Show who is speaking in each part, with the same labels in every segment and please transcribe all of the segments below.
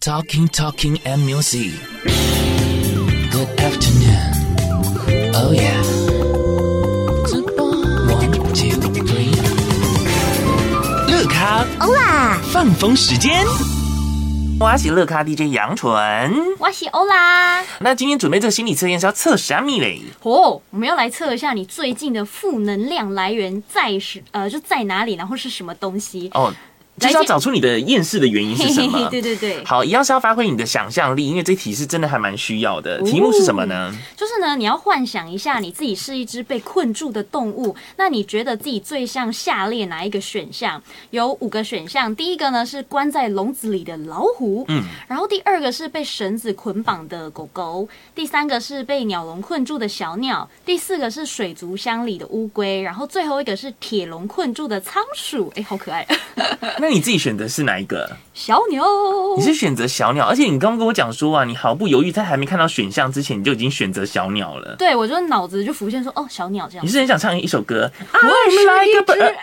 Speaker 1: Talking, talking and music. Good afternoon. Oh yeah. One, two, three. 乐咖
Speaker 2: 欧啦，
Speaker 1: 放风时间。我是乐咖 DJ 杨纯。
Speaker 2: 我是欧啦。
Speaker 1: 那今天准备这个心理测验是要测啥米嘞？
Speaker 2: 哦，我们要来测一下你最近的负能量来源在是呃就在哪里，然后是什么东西。
Speaker 1: 哦，就是
Speaker 2: 来
Speaker 1: 要
Speaker 2: 这
Speaker 1: 找出你的厌世的原因是什么
Speaker 2: 对。对对，
Speaker 1: 好，一样是要发挥你的想象力，因为这题是真的还蛮需要的。题目是什么呢？
Speaker 2: 就是呢，你要幻想一下你自己是一只被困住的动物，那你觉得自己最像下列哪一个选项？有五个选项，第一个呢是关在笼子里的老虎，嗯，然后第二个是被绳子捆绑的狗狗，第三个是被鸟笼困住的小鸟，第四个是水族箱里的乌龟，然后最后一个是铁笼困住的仓鼠，哎，好可爱，
Speaker 1: 那你自己选择是哪一个？
Speaker 2: 小牛。
Speaker 1: 你是选择小鸟，而且你刚刚跟我讲说啊，你毫不犹豫，在还没看到选项之前，你就已经选择小鸟了。
Speaker 2: 对，我就脑子就浮现说，哦，小鸟这样
Speaker 1: 你。是很想唱一首歌
Speaker 2: 是一
Speaker 1: ？I'm like a bird，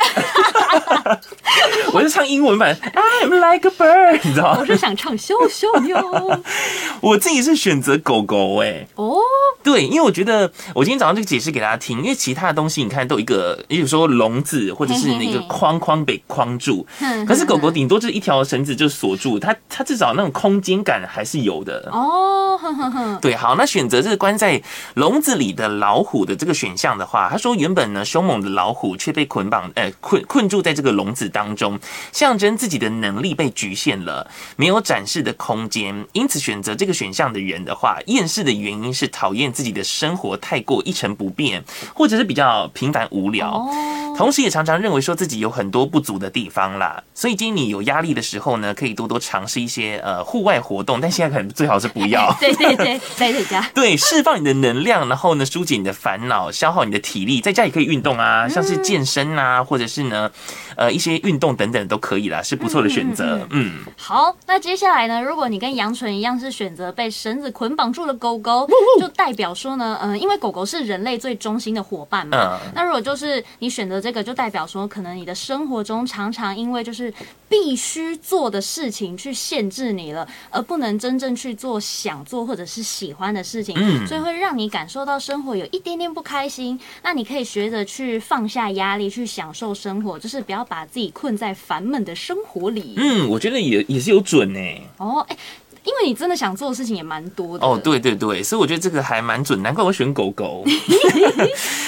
Speaker 1: 我是唱英文版 I'm like a bird，你知道
Speaker 2: 我
Speaker 1: 吗？
Speaker 2: 是想唱小小牛
Speaker 1: 我自己是选择狗狗哎、
Speaker 2: 哦，
Speaker 1: 对，因为我觉得我今天早上就解释给大家听，因为其他的东西你看都有一个，比如说笼子或者是那
Speaker 2: 嘿嘿嗯
Speaker 1: 个
Speaker 2: 嘿
Speaker 1: 框框被框住，可是狗狗顶多就是一条绳子就锁住，它它至少那种空间感还是有的。
Speaker 2: 哦，哼哼哼，
Speaker 1: 对，好，那选择这个关在笼子里的老虎的这个选项的话，他说原本呢凶猛的老虎却被捆绑，呃困困住在这个笼子当中，象征自己的能力被局限了，没有展示的空间。因此选择这个选项的人的话，厌世的原因是讨厌自己的生活太过一成不变，或者是比较平凡无聊。
Speaker 2: 哦，。
Speaker 1: 同时也常常认为说自己有很多不足的地方啦，所以今天你有压力的时候呢，可以多多尝试一些呃户外活动，但现在可能最好是不要
Speaker 2: 对对对，待在家。
Speaker 1: 对，释放你的能量，然后呢，疏解你的烦恼，消耗你的体力，在家也可以运动啊，像是健身啊，或者是呢，呃，一些运动等等都可以啦，是不错的选择。嗯，
Speaker 2: 好，那接下来呢？如果你跟杨纯一样是选择被绳子捆绑住的狗狗，就代表说呢，嗯、因为狗狗是人类最忠心的伙伴嘛。
Speaker 1: 嗯
Speaker 2: 那如果就是你选择这个，就代表说，可能你的生活中常常因为就是必须做的事情去限制你了，而不能真正去做想做或者是喜欢的事情，
Speaker 1: 嗯
Speaker 2: 所以会让你感受到生活有一点点不开心。那你可以学着去放下压力，去享受生活，就是不要把自己困在烦闷的生活里。
Speaker 1: 嗯，我觉得也也是有准呢、
Speaker 2: 哦，哎、因为你真的想做的事情也蛮多的
Speaker 1: 哦，，对对对，所以我觉得这个还蛮准，难怪我选狗 狗。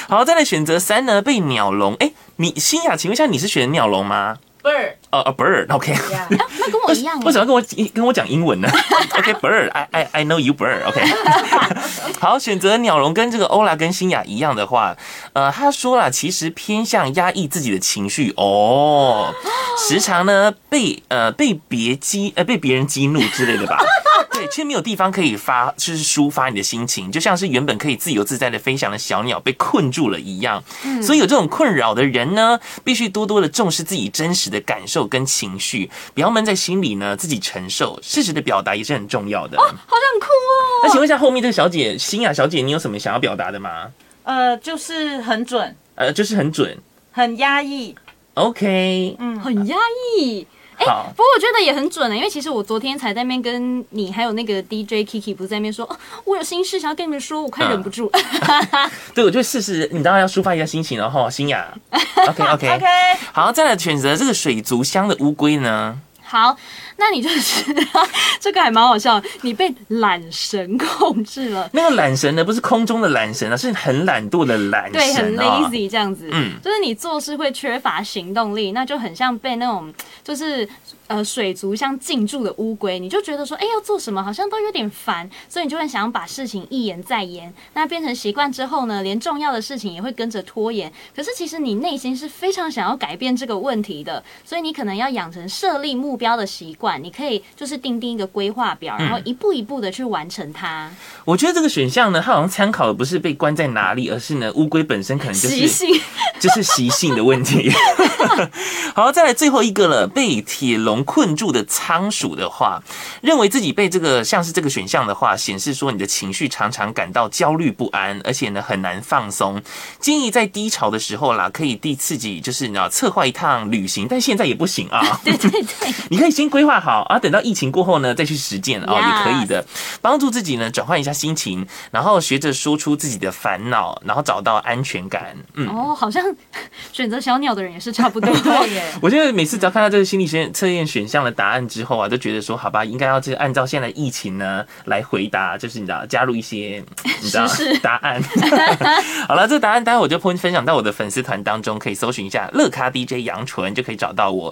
Speaker 1: 好，再来选择三呢，被鸟笼。哎，你新雅，请问一下，你是选鸟笼吗？
Speaker 3: bird
Speaker 1: 哦、呃、，bird，OK、
Speaker 3: 呀、
Speaker 2: 啊那跟我一样
Speaker 1: 为什么要
Speaker 2: 哎。
Speaker 1: 跟我跟我讲英 文呢？OK，bird，I、I I know you bird，OK、好，选择鸟笼跟这个欧拉跟新雅一样的话，呃，他说啦，其实偏向压抑自己的情绪哦，时常呢被呃被别激呃被别人激怒之类的吧。对，却没有地方可以发，就是抒发你的心情，就像是原本可以自由自在的飞翔的小鸟被困住了一样。所以有这种困扰的人呢，必须多多的重视自己真实的感受跟情绪，不要闷在心里呢，自己承受。适时的表达也是很重要的。
Speaker 2: 好想哭
Speaker 1: 那
Speaker 2: 哦！
Speaker 1: 请问一下，后面这个小姐新雅小姐，你有什么想要表达的吗？
Speaker 3: 呃，就是很准，
Speaker 1: 呃，就是很准。
Speaker 3: 很压抑，
Speaker 1: OK，
Speaker 2: 很压抑。哎、
Speaker 1: 好
Speaker 2: 不过我觉得也很准欸呢、因为其实我昨天才在那边跟你还有那个 DJ Kiki 不是在那边说，哦，我有心事想要跟你们说，我快忍不住。
Speaker 1: 对，我觉得适时，你当然要抒发一下心情了哈，新雅。OK OK
Speaker 3: OK，
Speaker 1: 好，再来选择这个水族箱的乌龟呢？
Speaker 2: 好，那你就是 这个还蛮好笑的，你被懒神控制了。
Speaker 1: 那个懒神呢，不是空中的懒神啊，是很懒惰的懒神、
Speaker 2: 对，
Speaker 1: 啊，
Speaker 2: 很 lazy 这样子，
Speaker 1: 嗯
Speaker 2: 就是你做事会缺乏行动力，那就很像被那种就是呃水族箱浸住的乌龟，你就觉得说，哎、要做什么好像都有点烦，所以你就会想把事情一延再延，那变成习惯之后呢，连重要的事情也会跟着拖延。可是其实你内心是非常想要改变这个问题的，所以你可能要养成设立目标的习惯，你可以就是定定一个规划表，然后
Speaker 1: 嗯
Speaker 2: 一步一步的去完成它。
Speaker 1: 我觉得这个选项呢，它好像参考的不是被关在哪里，而是呢乌龟本身可能就
Speaker 2: 习
Speaker 1: 是
Speaker 2: 性
Speaker 1: 就是习性的问题。好，再来最后一个了，被铁笼笼困住的仓鼠的话，认为自己被这个像是这个选项的话，显示说你的情绪常常感到焦虑不安，而且呢很难放松。建议在低潮的时候啦，可以第自己就是你要策划一趟旅行，但现在也不行啊。对对对，你可以先规划好啊，等到疫情过后呢再去实践哦，也可以的，帮助自己呢转换一下心情，然后学着说出自己的烦恼，然后找到安全感。嗯。
Speaker 2: 哦，好像 选择小鸟的人也是差不多。
Speaker 3: 对耶，
Speaker 1: 我觉得每次只要看到这个心理学测验选项的答案之后啊，都觉得说好吧，应该要这个按照现在的疫情呢来回答，就是你知道加入一 些你知道
Speaker 2: 时事
Speaker 1: 答案。 好了，这个答案待会我就分分享到我的粉丝团当中，可以搜寻一下乐咖 DJ 杨纯就可以找到我。